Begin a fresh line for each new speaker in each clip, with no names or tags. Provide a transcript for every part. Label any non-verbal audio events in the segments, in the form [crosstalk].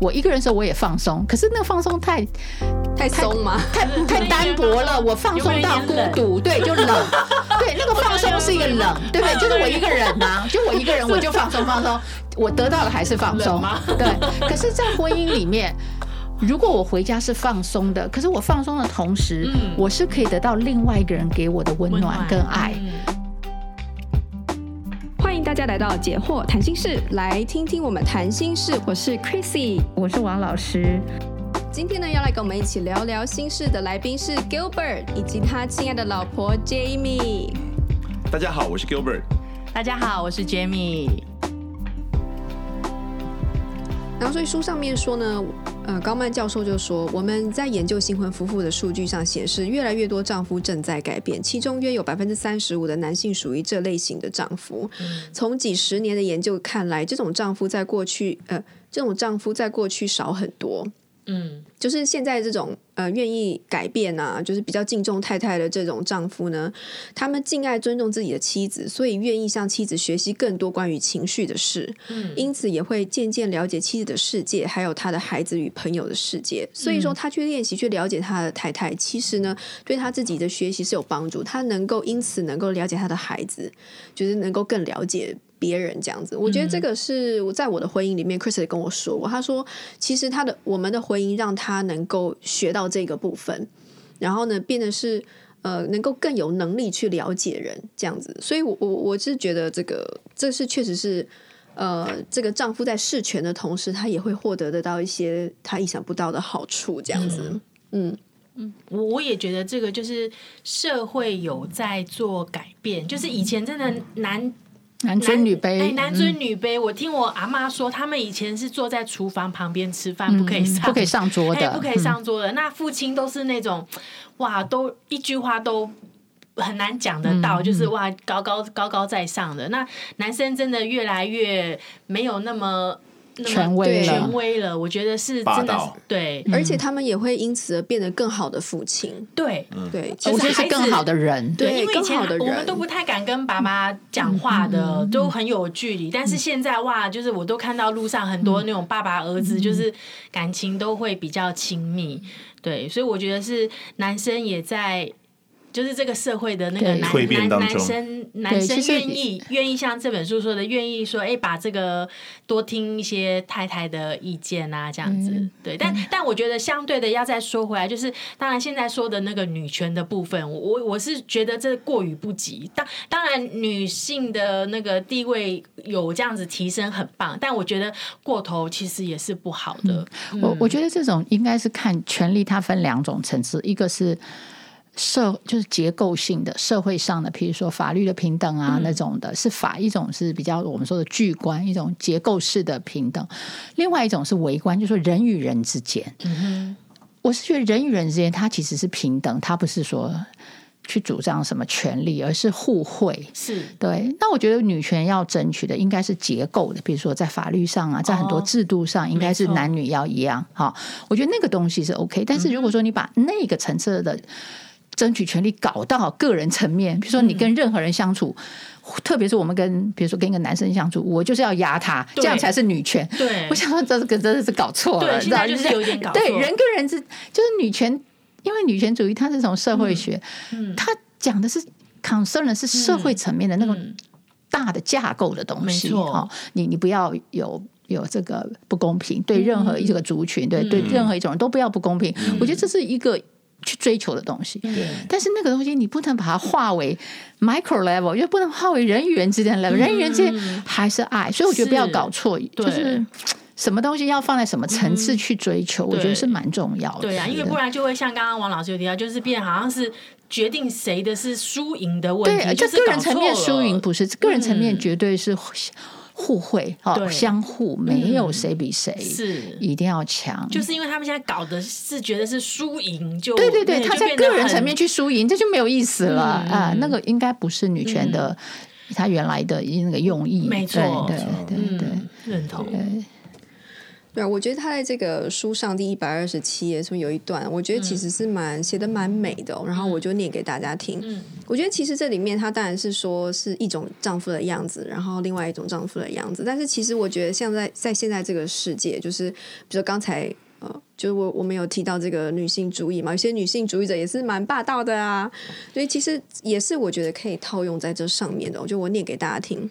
我一个人的时候我也放松，可是那个放松太
太松吗？
太太单薄了，我放松到孤独，对，就冷，对，那个放松是一个冷，
[laughs]
对不对？就是我一个人呐、就我一个人我就放松放松，我得到的还是放松
冷吗，
[laughs] 对。可是，在婚姻里面。如果我回家是放松的，可是我放松的同时，
嗯
我是可以得到另外一个人给我的温暖跟爱。
欢迎大家来到解惑谈心室，来听听我们谈心事。我是 Chrissy，
我是王老师，
今天呢要来跟我们一起聊聊心事的来宾是 Gilbert 以及他亲爱的老婆 Jamie。
大家好，我是 Gilbert。
大家好，我是 Jamie。
然后，所以书上面说呢，呃，高曼教授就说，我们在研究新婚夫妇的数据上显示，越来越多丈夫正在改变，其中约有百分之三十五的男性属于这类型的丈夫。从几十年的研究看来，这种丈夫在过去，呃，这种丈夫在过去少很多。
嗯，
就是现在这种呃愿意改变啊，就是比较敬重太太的这种丈夫呢，他们敬爱尊重自己的妻子，所以愿意向妻子学习更多关于情绪的事，嗯、因此也会渐渐了解妻子的世界，还有他的孩子与朋友的世界。所以说，他去练习去了解他的太太，其实呢，对他自己的学习是有帮助，他能够因此能够了解他的孩子，就是能够更了解别人这样子。我觉得这个是我在我的婚姻里面，Chris 也跟我说过，他说其实他的我们的婚姻让他能够学到这个部分，然后呢，变得是呃能够更有能力去了解人这样子。所以我，我我是觉得这个这是确实是。呃，这个丈夫在事权的同时，他也会获得得到一些他意想不到的好处，这样子。嗯，
我我也觉得这个就是社会有在做改变，就是以前真的男
男尊女卑，
哎，男尊女卑。我听我阿妈说，他们以前是坐在厨房旁边吃饭，不可以上，
嗯不可以上桌
哎
的，嗯
不可以上桌的。那父亲都是那种，哇，都一句话都。很难讲得
嗯
到，就是哇，高高高高在上的那男生真的越来越没有那么那
嗯
么
权威
对
了
权。威了。我觉得是
霸
真的是
道
对
嗯而且他们也会因此而变得更好的父亲。
对，
嗯
对，
我
就
觉得是
孩子
更好的人，
对
因为以
更
前
好的人嗯
我们都不太敢跟爸爸讲话的，都很有距离。但是现在哇，就是我都看到路上很多那种爸爸
嗯
儿子，就是感情都会比较亲密。对，所以我觉得是男生也在。就是这个社会的那个
对
男
蜕变
男
当
男
中
生男生
其实
愿意愿意像这本书说的，愿意说哎、把这个多听一些太太的意见啊，这样子。
嗯
对，但但我觉得相对的要再说回来，就是当然现在说的那个女权的部分，我我我是觉得这过于不及。当当然女性的那个地位有这样子提升很棒，但我觉得过头其实也是不好
嗯
的。
我我觉得这种应该是看权力，它分两种层次，一个是社就是结构性的社会上的，譬如说法律的平等啊、那种的，是法；一种是比较我们说的巨观，一种结构式的平等；另外一种是微观，就是说人与人之间。我是觉得人与人之间，它其实是平等，它不是说去主张什么权利，而是互惠。
是，
对，那我觉得女权要争取的应该是结构的，比如说在法律上啊，在很多
哦
制度上，应该是
没错嗯
男女要一样。好，我觉得那个东西是 OK。但是如果说你把那个层次的争取权利搞到个人层面，比如
嗯
说你跟任何人相处，特别是我们跟比如说跟一个男生相处，我就是要压他，这
对
样才是女权。
对
我，想说这个真的是搞错了，
对现在
你知
就是
道
有点搞错
对人跟人之就是女权，因为女权主义它是从社会学，
嗯
它讲的是 concern 的是社会层面的那种
嗯
大的架构的东西
没错
哦，你你不要有。有这个不公平，对任何一个族群，对
嗯
对任何一种人都不要不公平。我觉得这是一个去追求的东
嗯
西。
对，
但是那个东西你不能把它化为 micro level，又不能化为人与人之间的 level，、人
嗯
与人之间还是爱，所以我觉得不要搞错，就是什么东西要放在什么层次去追求，我觉得是蛮重要的。
嗯对啊，因为不然就会像刚刚王老师有提到，就是变好像是决定谁的是输赢的问
对，
题，
这
就是
个
搞
人层面
错了嗯
输赢不是，个人层面绝对是互互惠哦，
对嗯
相互没有谁比谁，
是
一定要强。
就是因为他们现在搞的是觉得是输赢就
对对对，他
就
在
变得
个人
很嗯
层面去输赢，这就没有意思了啊！那个应该不是女权的，她原来的那个用意。
没错嗯
对对对对。
认同。
对啊，我觉得他在这个书上第一百二十七页，所以有一段，我觉得其实是蛮、写的蛮美的哦、然后我就念给大家听。
嗯
我觉得其实这里面他当然是说是一种丈夫的样子，然后另外一种丈夫的样子，但是其实我觉得像在在现在这个世界，就是比如刚才。呃，就是我我们有提到这个女性主义嘛，有些女性主义者也是蛮霸道的啊，所以其实也是我觉得可以套用在这上面的哦。就我念给大家听，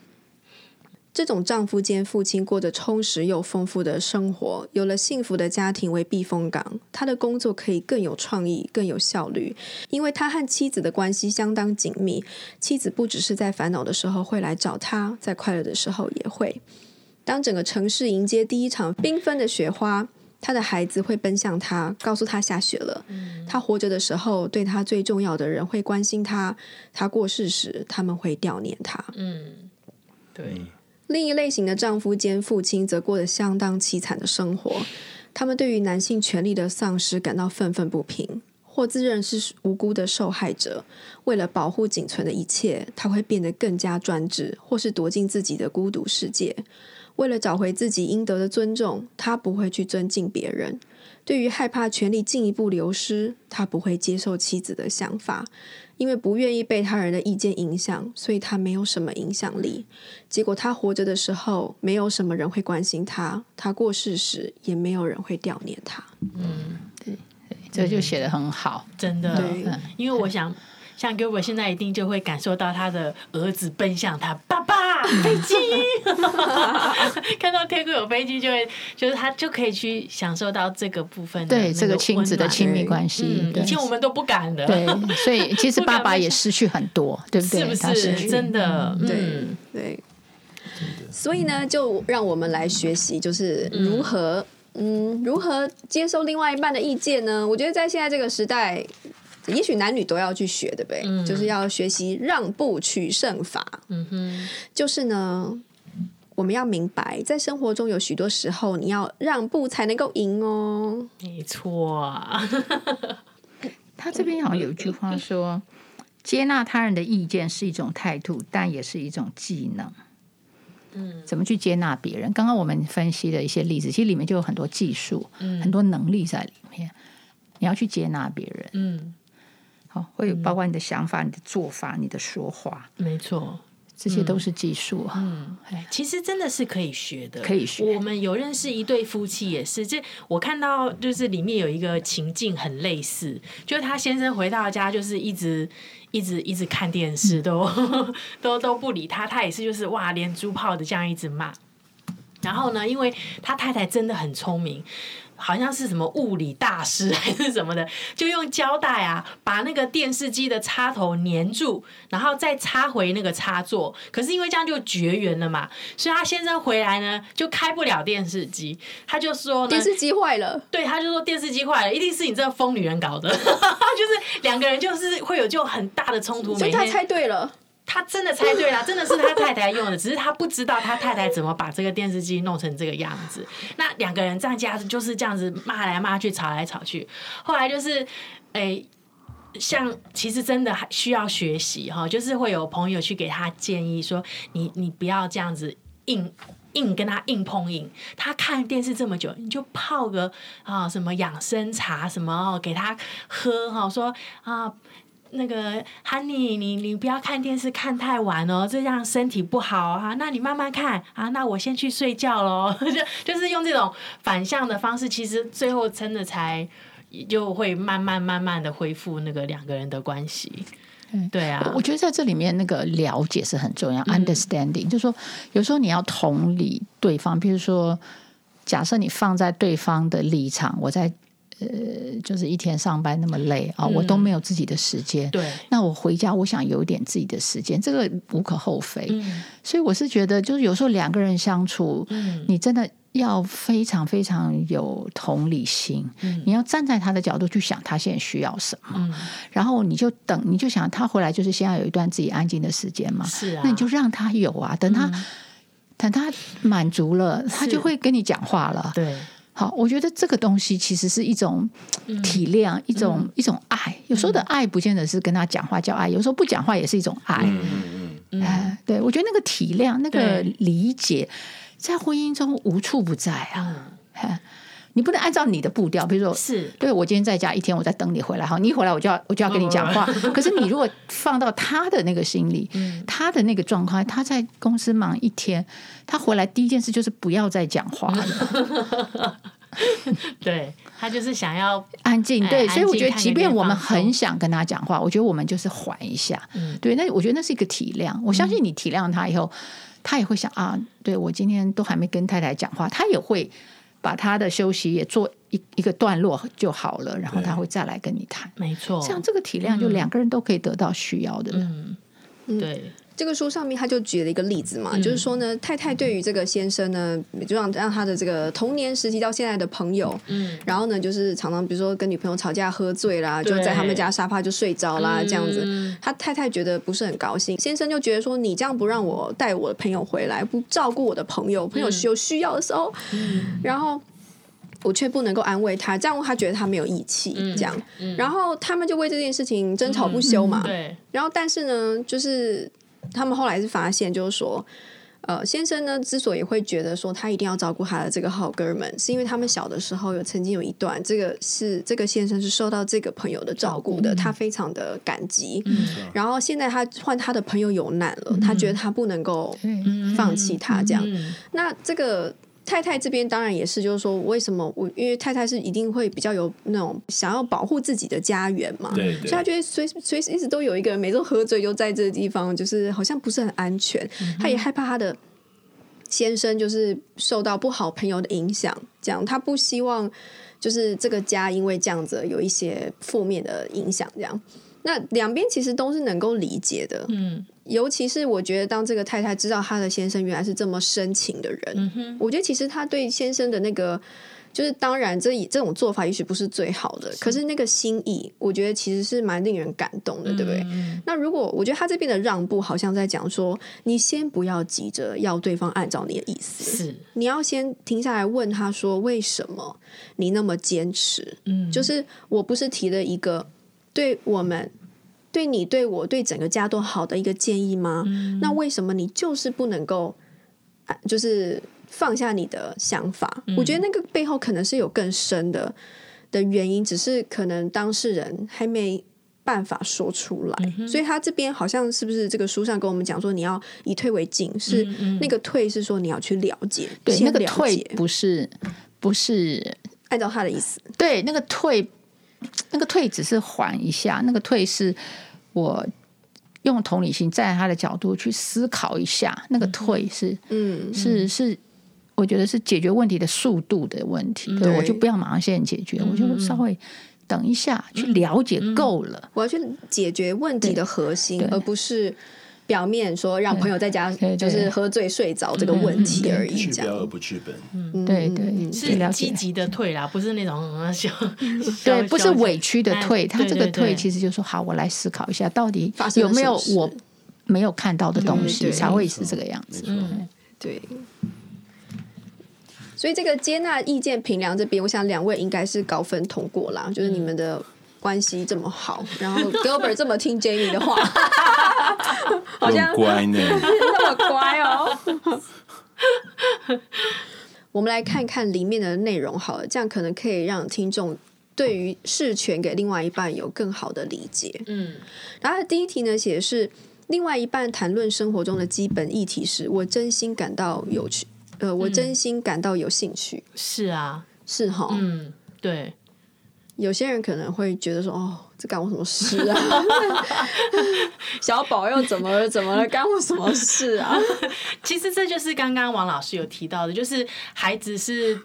这种丈夫兼父亲过着充实又丰富的生活，有了幸福的家庭为避风港，他的工作可以更有创意、更有效率，因为他和妻子的关系相当紧密。妻子不只是在烦恼的时候会来找他，在快乐的时候也会。当整个城市迎接第一场缤纷的雪花，他的孩子会奔向他，告诉他下雪了。他活着的时候，对他最重要的人会关心他；他过世时，他们会悼念他。
嗯，对，
另一类型的丈夫兼父亲则过得相当凄惨的生活，他们对于男性权利的丧失感到愤愤不平，或自认是无辜的受害者。为了保护仅存的一切，他会变得更加专制，或是躲进自己的孤独世界。为了找回自己应得的尊重，他不会去尊敬别人。对于害怕权力进一步流失，他不会接受妻子的想法，因为不愿意被他人的意见影响，所以他没有什么影响力。结果他活着的时候，没有什么人会关心他；他过世时，也没有人会悼念他。
这就写的很好。
真的嗯
对，
因为我想。像 Gilbert 现在一定就会感受到他的儿子奔向他爸爸飞
[laughs]
机， [laughs] 看到天空有飞机就会，就是他就可以去享受到这个部分的那
对这个亲子的
温暖
亲密关系
嗯，，
对
以前我们都不敢的，
对，所以其实
[laughs] 不敢
爸爸
分
也
享
失去很多，对不对？
是不
他失去
是真的？
对
嗯，
对，所以呢，就让我们来学习，就是如何嗯如何接受另外一半的意见呢？我觉得在现在这个时代，也许男女都要去学的呗，
嗯
就是要学习让步取胜法。
嗯哼，
就是呢，我们要明白，在生活中有许多时候，你要让步才能够赢哦。
没错，啊
他这边好像有一句话
嗯
说：“接纳他人的意见是一种态度，但也是一种技能。”
嗯，
怎么去接纳别人？刚刚我们分析的一些例子，其实里面就有很多技术、
嗯
很多能力在里面。你要去接纳别人，
[laughs] 嗯，
好，会有包括你的想法、你的做法、你的说话，
没错。
这些都
嗯
是技术啊。
其实真的是可以学的，
可以学
我们有认识一对夫妻也是，这我看到就是里面有一个情境很类似，就是他先生回到家就是一直一直一直看电视，都 [laughs] 都都不理他，他也是就是哇连珠炮的这样一直骂。然后呢，因为他太太真的很聪明，好像是什么物理大师还是什么的，就用胶带啊把那个电视机的插头粘住，然后再插回那个插座。可是因为这样就绝缘了嘛，所以他先生回来呢就开不了电视机，他就说呢
电视机坏了，
对，他就说电视机坏了，一定是你这个疯女人搞的， [laughs] 就是两个人就是会有这种很大的冲突。
所以
每
他
天
猜对了。
他真的猜对了，真的是他太太用的，只是他不知道他太太怎么把这个电视机弄成这个样子。那两个人这样架子就是这样子骂来骂去，吵来吵去。后来就是，诶、像其实真的还需要学习哈，就是会有朋友去给他建议说，你你不要这样子硬。硬跟他硬碰硬，他看电视这么久，你就泡个啊什么养生茶什么哦，给他喝哈、说啊那个 Honey，你你不要看电视看太晚哦，这样身体不好啊。那你慢慢看啊，那我先去睡觉喽。 [laughs] 就就是用这种反向的方式，其实最后真的才就会慢慢慢慢的恢复那个两个人的关系。对啊，
嗯我觉得在这里面那个了解是很重要、u
嗯
n d e r s t a n d i n g 就是说有时候你要同理对方，比如说假设你放在对方的立场，我在呃就是一天上班那么累啊、我都没有自己的时间，
嗯对，
那我回家我想有一点自己的时间，这个无可厚非。
嗯
所以我是觉得，就是有时候两个人相处，
嗯
你真的要非常非常有同理心，
嗯
你要站在他的角度去想他现在需要什么，
嗯，
然后你就等，你就想他回来就是先要有一段自己安静的时间嘛，
是啊，嗯
那你就让他有啊，等他、等他满足了，他
是
就会跟你讲话了。
对，
好，我觉得这个东西其实是一种
嗯
体谅，一种、一种爱。有时候的爱不见得是跟他讲话叫爱，有时候不讲话也是一种爱。
嗯嗯嗯，
哎，对我觉得那个体谅、那个
对
理解，在婚姻中无处不在啊。
嗯
嘿你不能按照你的步调，比如说
是啊
对我今天在家一天，我在等你回来哈，你一回来我就要我就要跟你讲话。[laughs]
嗯
可是你如果放到他的那个心里，他的那个状况，他在公司忙一天，他回来第一件事就是不要再讲话
嗯
了，
对他就是想要
安静。
哎
对，
安静
所以我觉得，
看着
即便
你
我们
放松
很想跟他讲话，我觉得我们就是缓一下。
嗯
对，那我觉得那是一个体谅。我相信你体谅他以后，他也会想啊，对我今天都还没跟太太讲话，他也会把他的休息也做一一个段落就好了，然后他会再来跟你谈。
没错，
像这个体谅，就两
嗯
个人都可以得到需要的了。
对，
这个书上面他就举了一个例子
嗯
嘛，就是说呢，太太对于这个先生呢，就让让他的这个童年时期到现在的朋友，嗯，然后呢，就是常常比如说跟女朋友吵架、喝醉啦，就
对
在他们家沙发就睡着啦，这样子
嗯，
他太太觉得不是很高兴，先生就觉得说你这样不让我带我的朋友回来，不照顾我的朋友，朋友
嗯
有需要的时候， [laughs] 然后。我却不能够安慰他，这样他觉得他没有义气，
嗯
这样，然后他们就为这件事情争吵不休嘛。
对，
然后但是呢，就是他们后来是发现，就是说，呃，先生呢之所以会觉得说他一定要照顾他的这个好哥们，是因为他们小的时候有曾经有一段，这个是这个先生是受到这个朋友的照顾的，他非常的感激。
嗯
然后现在他换他的朋友有难了，他觉得他不能够放弃他这样。
嗯，
那这个太太这边当然也是，就是说，为什么我因为太太是一定会比较有那种想要保护自己的家园嘛，
对对
所以她觉得随随时一直都有一个人每周喝醉就在这个地方，就是好像不是很安全，她也害怕她的。先生就是受到不好朋友的影响，这样她不希望就是这个家因为这样子有一些负面的影响，这样那两边其实都是能够理解的，
嗯，
尤其是我觉得，当这个太太知道她的先生原来是这么深情的人，
嗯
我觉得其实她对先生的那个，就是当然这这种做法也许不是最好的，可是那个心意，我觉得其实是蛮令人感动的，对不对？
嗯
那如果我觉得他这边的让步，好像在讲说，你先不要急着要对方按照你的意思，
是，
你要先停下来问他说，为什么你那么坚持？
嗯，
就是我不是提了一个对我们、对你、对我、对整个家都好的一个建议吗？
嗯
那为什么你就是不能够，啊就是放下你的想法？
嗯
我觉得那个背后可能是有更深的的原因，只是可能当事人还没。办法说出来，
嗯
所以他这边好像是不是这个书上跟我们讲说，你要以退为进，是那个退是说你要去了解，
嗯对，
先
那个
了
退
解
不是不是
按照他的意思，
对那个退，那个退只是缓一下，那个退是我用同理心站在他的角度去思考一下，那个退是、
嗯，
是是。我觉得是解决问题的速度的问题，
嗯
对，
对
我就不要马上现在解决，我就稍微等一下去
嗯
了解
嗯
够了。
我要去解决问题的核心
对，对
而不是表面说让朋友在家
对对嗯
就是喝醉睡着这个问题而已。
治
这
标而
样，
不治本。
嗯
对对
嗯
对
是
了解
积极的退啦，不是那种嗯消，
对，
消
不是
消
委屈的
哎
退，他
对
这个
对
退
对
其实就说好，我来思考一下，到底
发生
有
了
没
什
有
么事
我没有看到的东西，
对对
才会是这个样
没
子。
错，
对。所以这个接纳意见评量这边，我想两位应该是高分通过啦，
嗯
就是你们的关系这么好，然后 Gilbert 这么听 Jamie 的话，好像
很乖呢。
[laughs]
那么乖哦。 [laughs] 我们来看看里面的内容好了，这样可能可以让听众对于事权给另外一半有更好的理解。
嗯
然后第一题呢，写的是另外一半谈论生活中的基本议题时，我真心感到有趣，
嗯
呃，我真心感到有兴趣，
是啊，
是哈。
嗯对，
有些人可能会觉得说，哦，这干我什么事
[laughs]
啊？小宝又怎么了？怎么了？干我什么事啊？
[laughs] 其实这就是刚刚王老师有提到的，就是孩子是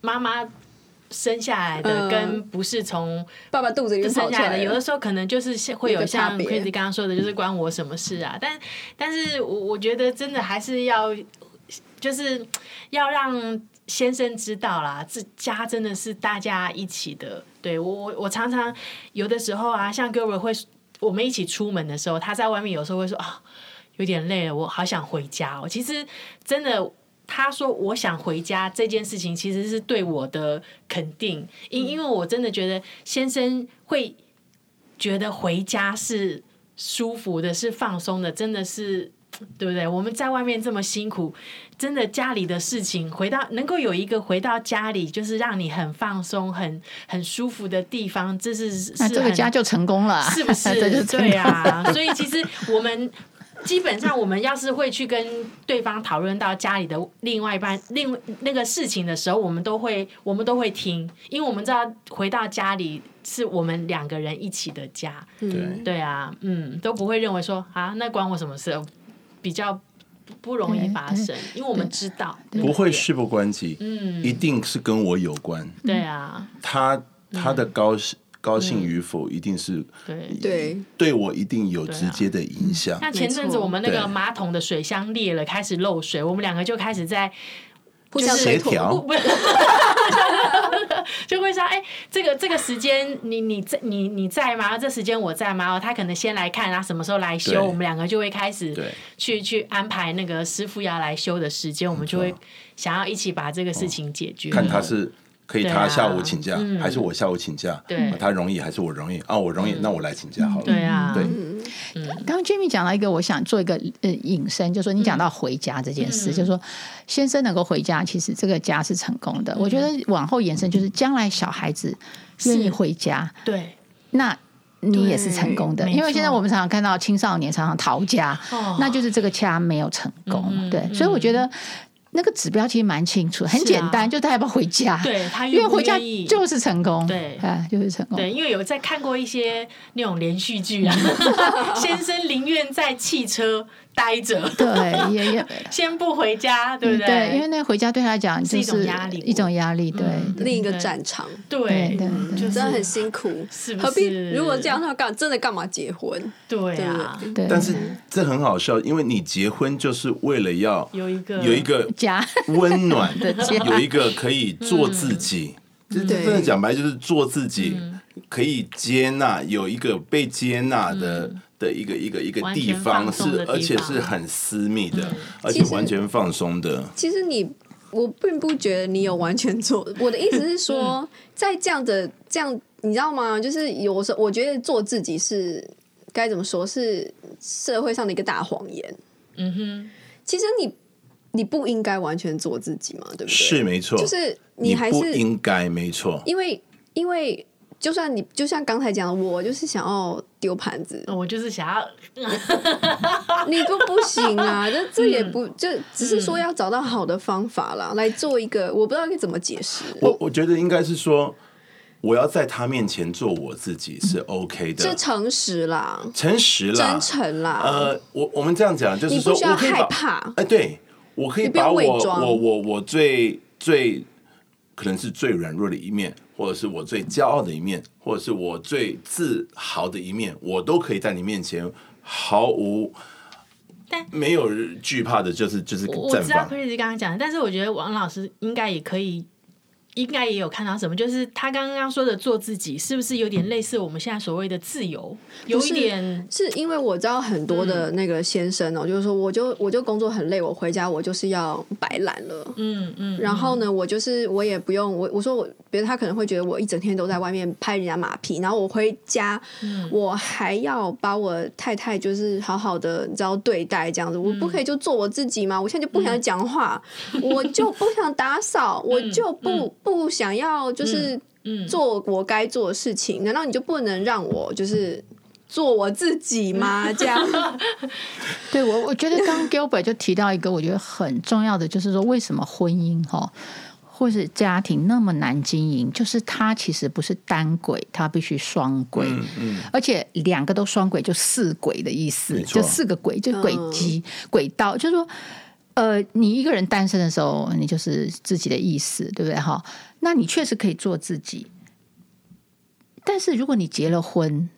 妈妈生下来的，
嗯
跟不是从
爸爸肚子里面跑
生
出
下来
来
的，有
了
的时候可能就是像会有像
有个差别
Chris 刚刚说的，就是关我什么事啊？但但是我我觉得真的还是要，就是要让先生知道啦，这家真的是大家一起的。对我我我常常有的时候啊，像 Gilbert 会，我们一起出门的时候，他在外面有时候会说啊。有点累了，我好想回家、哦。其实真的，他说我想回家这件事情，其实是对我的肯定，因因为我真的觉得先生会觉得回家是舒服的，是放松的，真的是对不对？我们在外面这么辛苦，真的家里的事情，回到能够有一个回到家里，就是让你很放松、很很舒服的地方，这是是
那这个
很
家就成功了 [laughs] 啊，
是不？
这就是成功
对
了
啊，所以其实我们基本上，我们要是会去跟对方讨论到家里的另外一半另那个事情的时候，我们都会我们都会听，因为我们知道回到家里是我们两个人一起的家，
对，
对啊，嗯，都不会认为说啊，那关我什么事，比较不不容易发
嗯
生，因为我们知道那个
不会
点
事不关己，嗯，一定是跟我有关。
对啊，
他他的高兴高兴与否，
嗯
一定是
对。
对，
对我一定有直接的影响。
像前阵子我们那
对
个马桶的水箱裂了，开始漏水，我们两个就开始在
互相
协
推脱。
调
不，
哦
[laughs] 就会说，哎、这个这个时间你你在你你在吗？这时间我在吗？哦，他可能先来看，然后什么时候来
对
修，我们两个就会开始
对
去去安排那个师傅要来修的时间，我们就会想要一起把这个事情解决。
看他是可以
对
他
啊
下午请假，还是我下午请假？
对嗯
啊他容易还是我容易？啊，我容易，那我来请假好了。
对啊，
对
刚刚 Jimmy 讲到一个，我想做一个呃引申，就是说你讲到回家这件
嗯
事，就是说先生能够回家，其实这个家是成功
嗯
的。我觉得往后延伸就是将来小孩子愿意
是
回家，
对
那。你也是成功的，
对
因
没
为
错
现在我们常常看到青少年常常逃家，
哦
那就是这个家没有成功。
嗯
对，
嗯
所以我觉得那个指标其实蛮清楚，很
是啊
简单，就大家要不要回家。
对，他
因为
愿不
回家
愿意
就是成功，
对
啊，就是成功。
对，因为有在看过一些那种连续
[laughs]
剧啊，先生宁愿在汽车待着，
对，也也
先不回家， [laughs] 对不对？
因为那个回家对他来讲就是
一种压力嗯
一种压力，对，对
另一个战场，
对
对
对对
就是
嗯真的很辛苦，
是不
何必
是？
如果这样，的话，干真的干嘛结婚？
对
对
啊，
不对？
对
但是这很好笑，因为你结婚就是为了要
有一个
有一个
家
[laughs]
温暖
的家，
有一个可以做自己。这这
嗯对
真的讲白就是做自己，
嗯
可以接纳，有一个被接纳的、的一个一个一个
嗯完全
地方
放
是
松的，地
而且
方嗯
是很私密的，而且
其实
完全放松的。
其实你，我并不觉得你有完全做。我的意思是
嗯
说，在这样的这样，你知道吗？就是有时候我觉得做自己是该怎么说，是社会上的一个大谎言。
嗯哼，
其实你你不应该完全做自己嘛，对不对？
是，没错，
就是
你
还
不
是
应该，没错，
因为因为就算你就像刚才讲的，我就是想要丢盘子，
我就是想要
你不不行
[laughs]
啊，这这也
嗯
不就只是说要找到好的方法啦，来做一个我不知道该怎么解释，
我我觉得应该是说，我要在他面前做我自己是 OK
就
的，
诚实啦，
诚实啦，
真诚啦，
呃，我我们这样讲就是
你
说，
不需要
我可以把
害怕，
哎，对我可以
你不用
把我
伪装
我我我最最可能是最软弱的一面，或者是我最骄傲的一面，或者是我最自豪的一面，我都可以在你面前毫无
但
没有惧怕的，就是就是
我我
绽
知道
放
Chris 刚刚讲的，但是我觉得王老师应该也可以，应该也有看到什么，就是他刚刚说的做自己，是不是有点类似我们现在所谓的自由，有一
是
点
是因为我知道很多的
嗯
那个先生哦、就是说我就我就工作很累，我回家我就是要摆烂了，
嗯嗯，
然后呢，我就是我也不用我我说我，比如他可能会觉得我一整天都在外面拍人家马屁，然后我回家，
嗯
我还要把我太太就是好好的，你知道对待这样子，我不
嗯
可以就做我自己吗？我现在就不想讲话，我就不想打扫，我就不、不想要就是
嗯
做我该做的事情，难道你就不能让我就是？做我自己吗？这样
[laughs] 对我我觉得
[laughs]
刚刚 Gilbert 就提到一个我觉得很重要的，就是说为什么婚姻哈。或是家庭那么难经营，就是它其实不是单轨，它必须双轨。
嗯嗯，
而且两个都双轨，就四轨的意思，
没错
就四个轨，就轨迹、轨道，就是说，呃，你一个人单身的时候，你就是自己的意思，对不对？哈，那你确实可以做自己，但是如果你结了婚，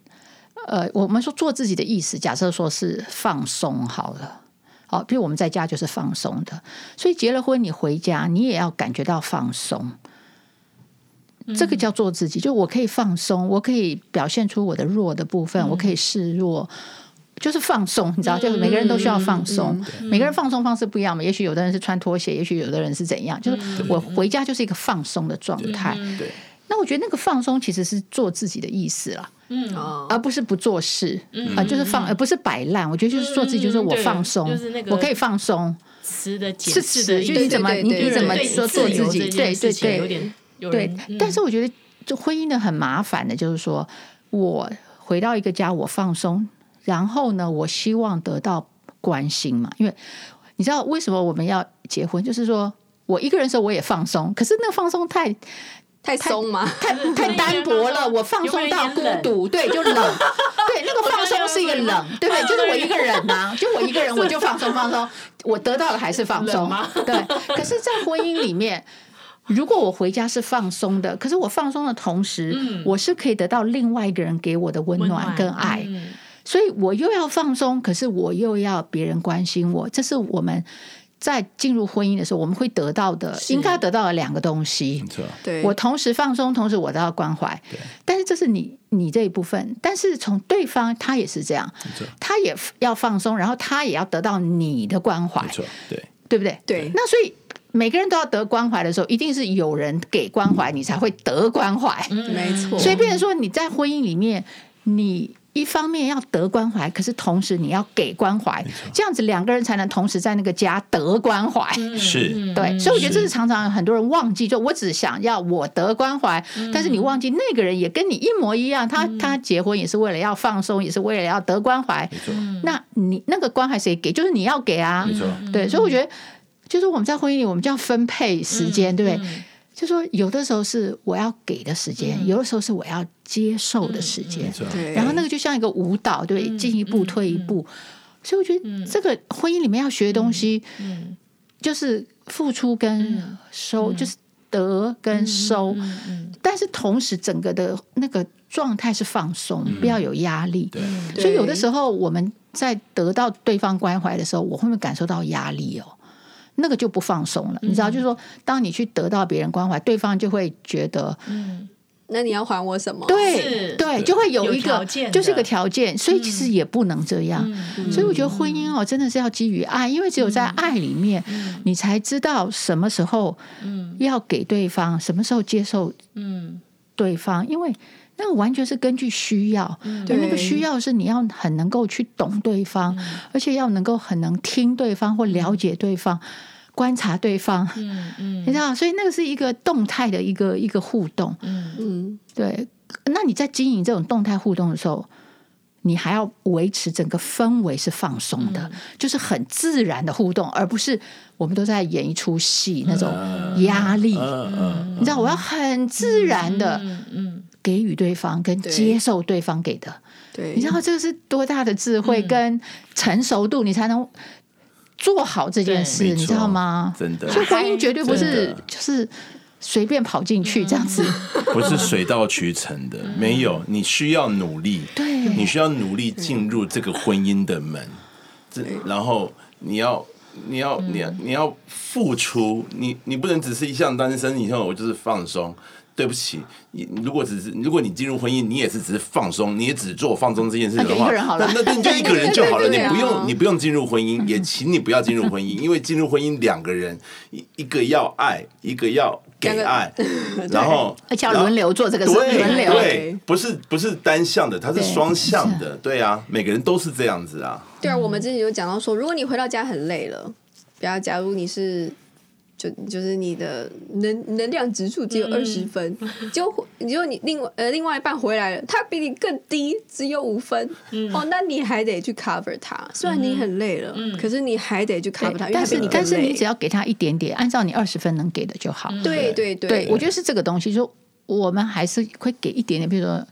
呃，我们说做自己的意思，假设说是放松好了。好，哦比如我们在家就是放松的，所以结了婚，你回家你也要感觉到放松。
嗯
这个叫做自己，就我可以放松，我可以表现出我的弱的部分，我可
嗯
以示弱，就是放松，你知道，就是每个人都需
嗯
要放松，每个人放松方式不一样嘛。也许有的人是穿拖鞋，也许有的人是怎样，
嗯
就是我回家就是一个放松的状态。
对，
那我觉得那个放松其实是做自己的意思啦。
嗯
[laughs] 哦
而不是不做事，啊、就是放，而不是摆烂。我觉得就是做自己，就是我放松，
嗯对就是那
我
个
可以放松，
词嗯的解
是
释
词，
的，
就
对
你怎么
对
你
对
你怎么
对
说做自己，对对
有
对
点有
对
人。嗯
但是我觉得，就婚姻的很麻烦的，就是说我回到一个家，我放松，然后呢，我希望得到关心嘛，因为你知道为什么我们要结婚，就是说我一个人的时候我也放松，可是那个放松太
太松嘛，
太太单薄了，我放松到孤独，对，就冷，对，那个放松是一个冷，对不对？就是我一个人呐、就我一个人，我就放松放松，我得到的还是放
冷
松
吗，
[laughs] 对。可是，在婚姻里面。如果我回家是放松的，可是我放松的同时，我是可以得到另外一个人给我的温
温
暖跟爱，
嗯
所以我又要放松，可是我又要别人关心我，这是我们在进入婚姻的时候我们会得到的，应该得到的两个东西。
没错，
[laughs] 对，
我同时放松，同时我都要关怀。但是这是你你这一部分，但是从对方他也是这样
错，
他也要放松，然后他也要得到你的关怀
没，错，对，
对不对？
对
那所以每个人都要得关怀的时候，一定是有人给关怀，你才会得关怀。
没错，
所以，变成说你在婚姻里面，你。一方面要得关怀，可是同时你要给关怀，这样子两个人才能同时在那个家得关怀。
嗯
是，
对，所以我觉得这是
是
常常很多人忘记，就我只想要我得关怀，
嗯
但是你忘记那个人也跟你一模一样，他他结婚也是为了要放松，也是为了要得关怀。
没错，
那你那个关怀谁给？就是你要给啊
嗯
没。错，
对，所以我觉得就是我们在婚姻里，我们就要分配时
嗯
间，对不对？就说有的时候是我要给的时间，有的时候是我要接受的时间
嗯没。错，
对，
然后那个就像一个舞蹈，对不对，进一步退一步。所以我觉得这个婚姻里面要学的东西，就是付出跟收，就是得跟收，但是同时整个的那个状态是放松，不要有压力。
对，
嗯
对
所以有的时候我们在得到对方关怀的时候，我会不会感受到压力哦？那个就不放松了，你知道，就是说，当你去得到别人关怀，对方就会觉得，
那你要还我什么？
对
是
对，就会有
有
一个
条件的嗯
就是一个条件，所以其实也不能这样。所以我觉得婚姻哦，真的是要基于爱，因为只有在爱里面，
嗯
你才知道什么时候要给对方，什么时候接受
嗯，
对方，因为那个完全是根据需要，
嗯
而那个
对
需要是你要很能够去懂对方，而且要能够很能听对方或了解对方。观察对方，
嗯嗯
你知道，所以那个是一个动态的一个一个互动，
嗯，
对，那你在经营这种动态互动的时候，你还要维持整个氛围是放松
嗯
的，就是很自然的互动，而不是我们都在演一出戏那种压力。
嗯嗯，
你知道，我要很自然的
嗯嗯，
给予对方，跟
对
接受对方给的。
对，
你
嗯
知道这个是多大的智慧跟成熟度，你才能做好这件事，
没
你知
错
道吗？
真的
所以婚姻绝对不
真
是
的嗯
就是随便跑进去这样子。
不是水到渠成的，
嗯
没有，你需要努力，
对
你需要努力进入这个婚姻的门，这然后你要。你要，
嗯
你要，你要付出，你你不能只是一项单身以后我就是放松。对不起，你如果只是如果你进入婚姻，你也是只是放松，你也只做放松这件事
那
的
就
话，
一个人好了
那那那就一个人就好
[laughs]
了，
对对
你
对啊
不用你不用进入婚姻，也请你不要进入婚姻，因为进入婚姻两个人，一一个要爱，一个要给
两个
爱，
呃
然后
而且要
然后
轮流做这个事，
对
轮流。
对，不是不是单向的，它是
对
双向的，对啊，每个人都是这样子啊，
对啊，我们之前有讲到说，如果你回到家很累了，不要，假如你是。就就是你的能能量指数只
嗯
有二十分，结果你就你另外呃另外一半回来了，他比你更低，只有五分，
嗯
哦，那你还得去 cover 他，虽然你很累了，
嗯
可是你还得去 cover 他，
但
因为他比
是
你更累。
但是你只要给他一点点，按照你二十分能给的就好。
对对对，
对，我觉得是这个东西，就我们还是会给一点点，比如说。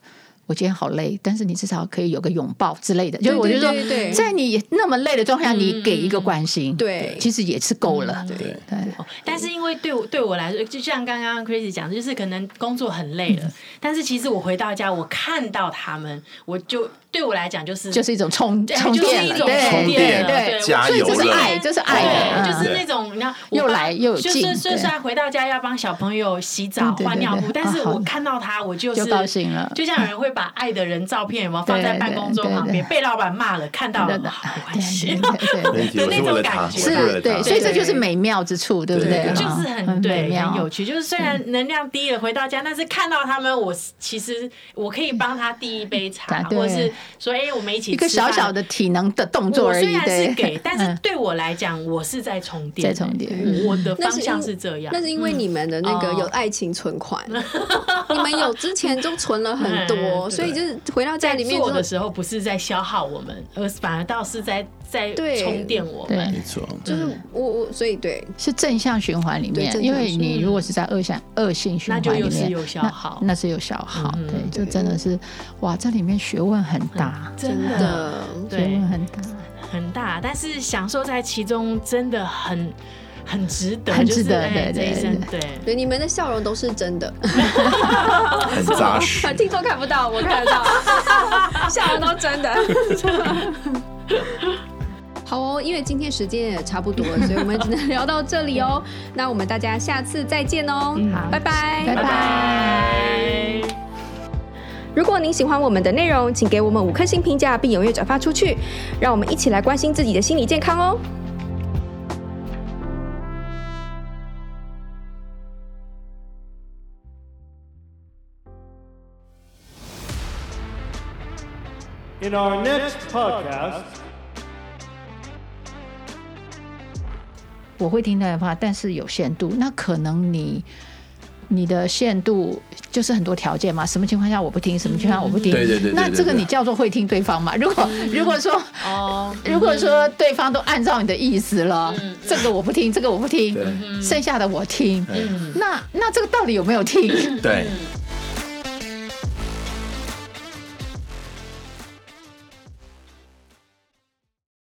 我今天好累，但是你至少可以有个拥抱之类的。就是我就说
对对对，对
在你那么累的状态下，你给一个关心，
对
其实也是够了。嗯对
对，
哦但是因为对我对我来说，就像刚刚 Chris 讲的，就是可能工作很累
嗯
了，但是其实我回到家，我看到他们，我就对我来讲就是
就是一种充
对
充
就是
电
一
了，
种
对
充
电
对
了
对，
加
所以
油
这是
了
爱，这是爱，
哦
嗯
对，就是那种你看，我
又
帮
来又有
就
劲
是虽
对嗯
虽然回到家要帮小朋友洗澡
对对对
换尿
对
布，但是
啊好
我看到他，我就是
就高兴了
就像有人会把爱的人照片有没有放在
对
办公桌
对
旁边，
对
被老板骂了，看到了
对
好没关系。
对
[laughs]
对对
没问题，
的
[laughs] 我
那
是
种
为了
感
他，我
觉
是
是
为
啊，
了他
对，
的，
所以这就是美妙之处，对不
对
对？嗯
对
就是很
美
对，很
妙
有。趣。就是虽然能量低了，回到家，但是看到他们，我是其实我可以帮他递一杯茶，
嗯 [laughs] 对
或者是说，哎，我们一起
一个
吃饭
小小。的体能的动作
我
而
虽
已，
然是
对， [laughs]
给，但是
嗯
对我来讲，我是在充电，
在充电
嗯我的
那
方
是因
向是这样
那。是因为你们的那个
哦
有爱情存款，你们有之前都存了很
嗯
多，
哦 [laughs] 对
所以就是回到家
在
里面
做的
就
时候，不是在消耗我们，而反而倒是在在
对
充电我们。
对嗯
没，错，
就是我我所以对
是正向循环里面
对，正
因
向
为
循
你如果是在恶向恶性循
那
环
就
里
又是
面，
有消
那
耗
那是有消耗，
嗯
对，就真的是哇，这里面学问很大，
真的
的
学
对
问很大，
很大，但是享受在其中真的很很值得，
很值得
就是
对
哎这一
对
生对。
对你们的笑容都是真的，
很
[laughs]
扎
哦
实。
听众看不到，我看得到，笑容都真的。好哦，因为今天时间也差不多了，所以我们只能聊到这里哦。那我们大家下次再见哦，
好
拜拜，
拜拜
拜拜
如果您喜欢我们的内容，请给我们五颗星评价，并踊跃转发出去，让我们一起来关心自己的心理健康哦。
In our next podcast,
我会听他的话，但是有限度。那可能你你的限度就是很多条件嘛，什么情况下我不听，什么情况下我不
嗯
听。
对对对对
那这个
对对
你叫做会听对方嘛？如果如果说
哦，
如果说对方都按照你的意思了
嗯，
这个我不听，这个我不听
对，
剩下的我听
嗯。
那那这个到底有没有听？
嗯
对，